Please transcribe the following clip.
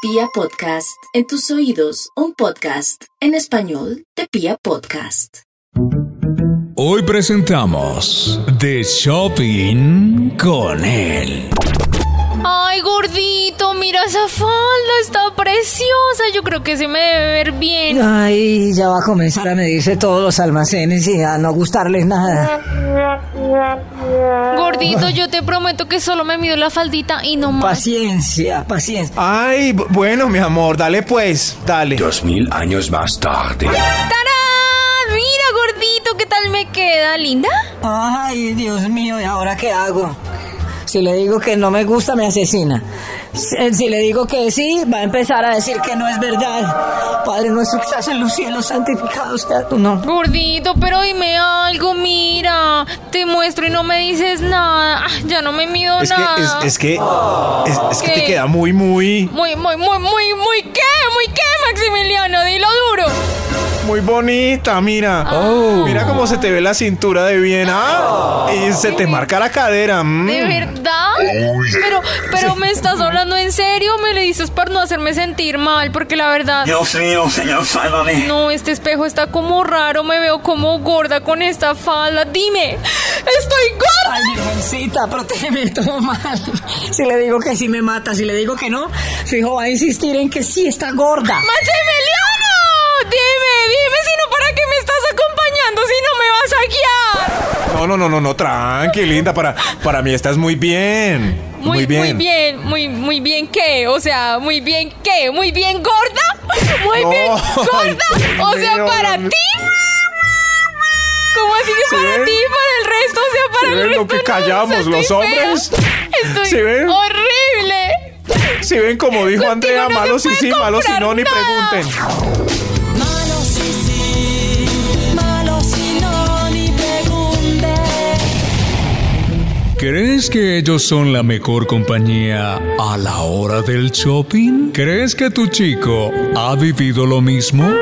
Pia Podcast, en tus oídos, un podcast en español de Pia Podcast. Hoy presentamos The Shopping con él. Ay, gordito, mira esa falda, está preciosa. Yo creo que se me debe ver bien. Ay, ya va a comenzar a medirse todos los almacenes y a no gustarles nada. Gordito, yo te prometo que solo me mido la faldita y no más. Paciencia, paciencia. Ay, bu- bueno, mi amor, dale pues, dale. Dos mil años más tarde. ¡Tarán! Mira, gordito, ¿qué tal me queda? ¿Linda? Ay, Dios mío, ¿y ahora qué hago? Si le digo que no me gusta, me asesina. Si, si le digo que sí, va a empezar a decir que no es verdad. Padre nuestro que estás en los cielos, santificado sea tu nombre. Gordito, pero dime algo, mira. Te muestro y no me dices nada. Ah, ya no me mido Es que, nada. es, es que, es, es que ¿Qué? te queda muy, muy, Muy, muy, muy, muy, muy, ¿qué? ¿Muy qué, Maximiliano? Dilo duro. muy bonita, mira. Ah. Mira cómo se te ve la cintura de bien, ah, y se te marca la cadera. mm. ¿De verdad? Pero, pero me estás hablando en serio, me lo dices para no hacerme sentir mal, porque la verdad. Dios mío, señor, sálvame. No, este espejo está como raro, me veo como gorda con esta falda. Dime, estoy gorda. Ay, virgencita, protégeme de todo mal. Si le digo que sí, me mata. Si le digo que no, fijo, va a insistir en que sí está gorda. ¡Maximiliano! Dime, dime si no para qué me estás acompañando si no me vas a guiar. No, no, no, no, no, tranqui, linda, para, para mí estás muy bien. Muy, muy bien. muy bien, muy, bien qué, o sea, muy bien qué, muy bien gorda, muy No, bien ay, gorda, o Dios sea, mío, para no. ti. ¿Cómo así que para ven? ti, para el resto, o sea, para ¿Sí el ven resto? lo que no, o sea, callamos estoy los fea. hombres? Estoy ¿Sí ven? horrible. Si ven como dijo Contigo Andrea, no se malos y puede sí, malos y comprar no, ni nada. pregunten. ¿Crees que ellos son la mejor compañía a la hora del shopping? ¿Crees que tu chico ha vivido lo mismo?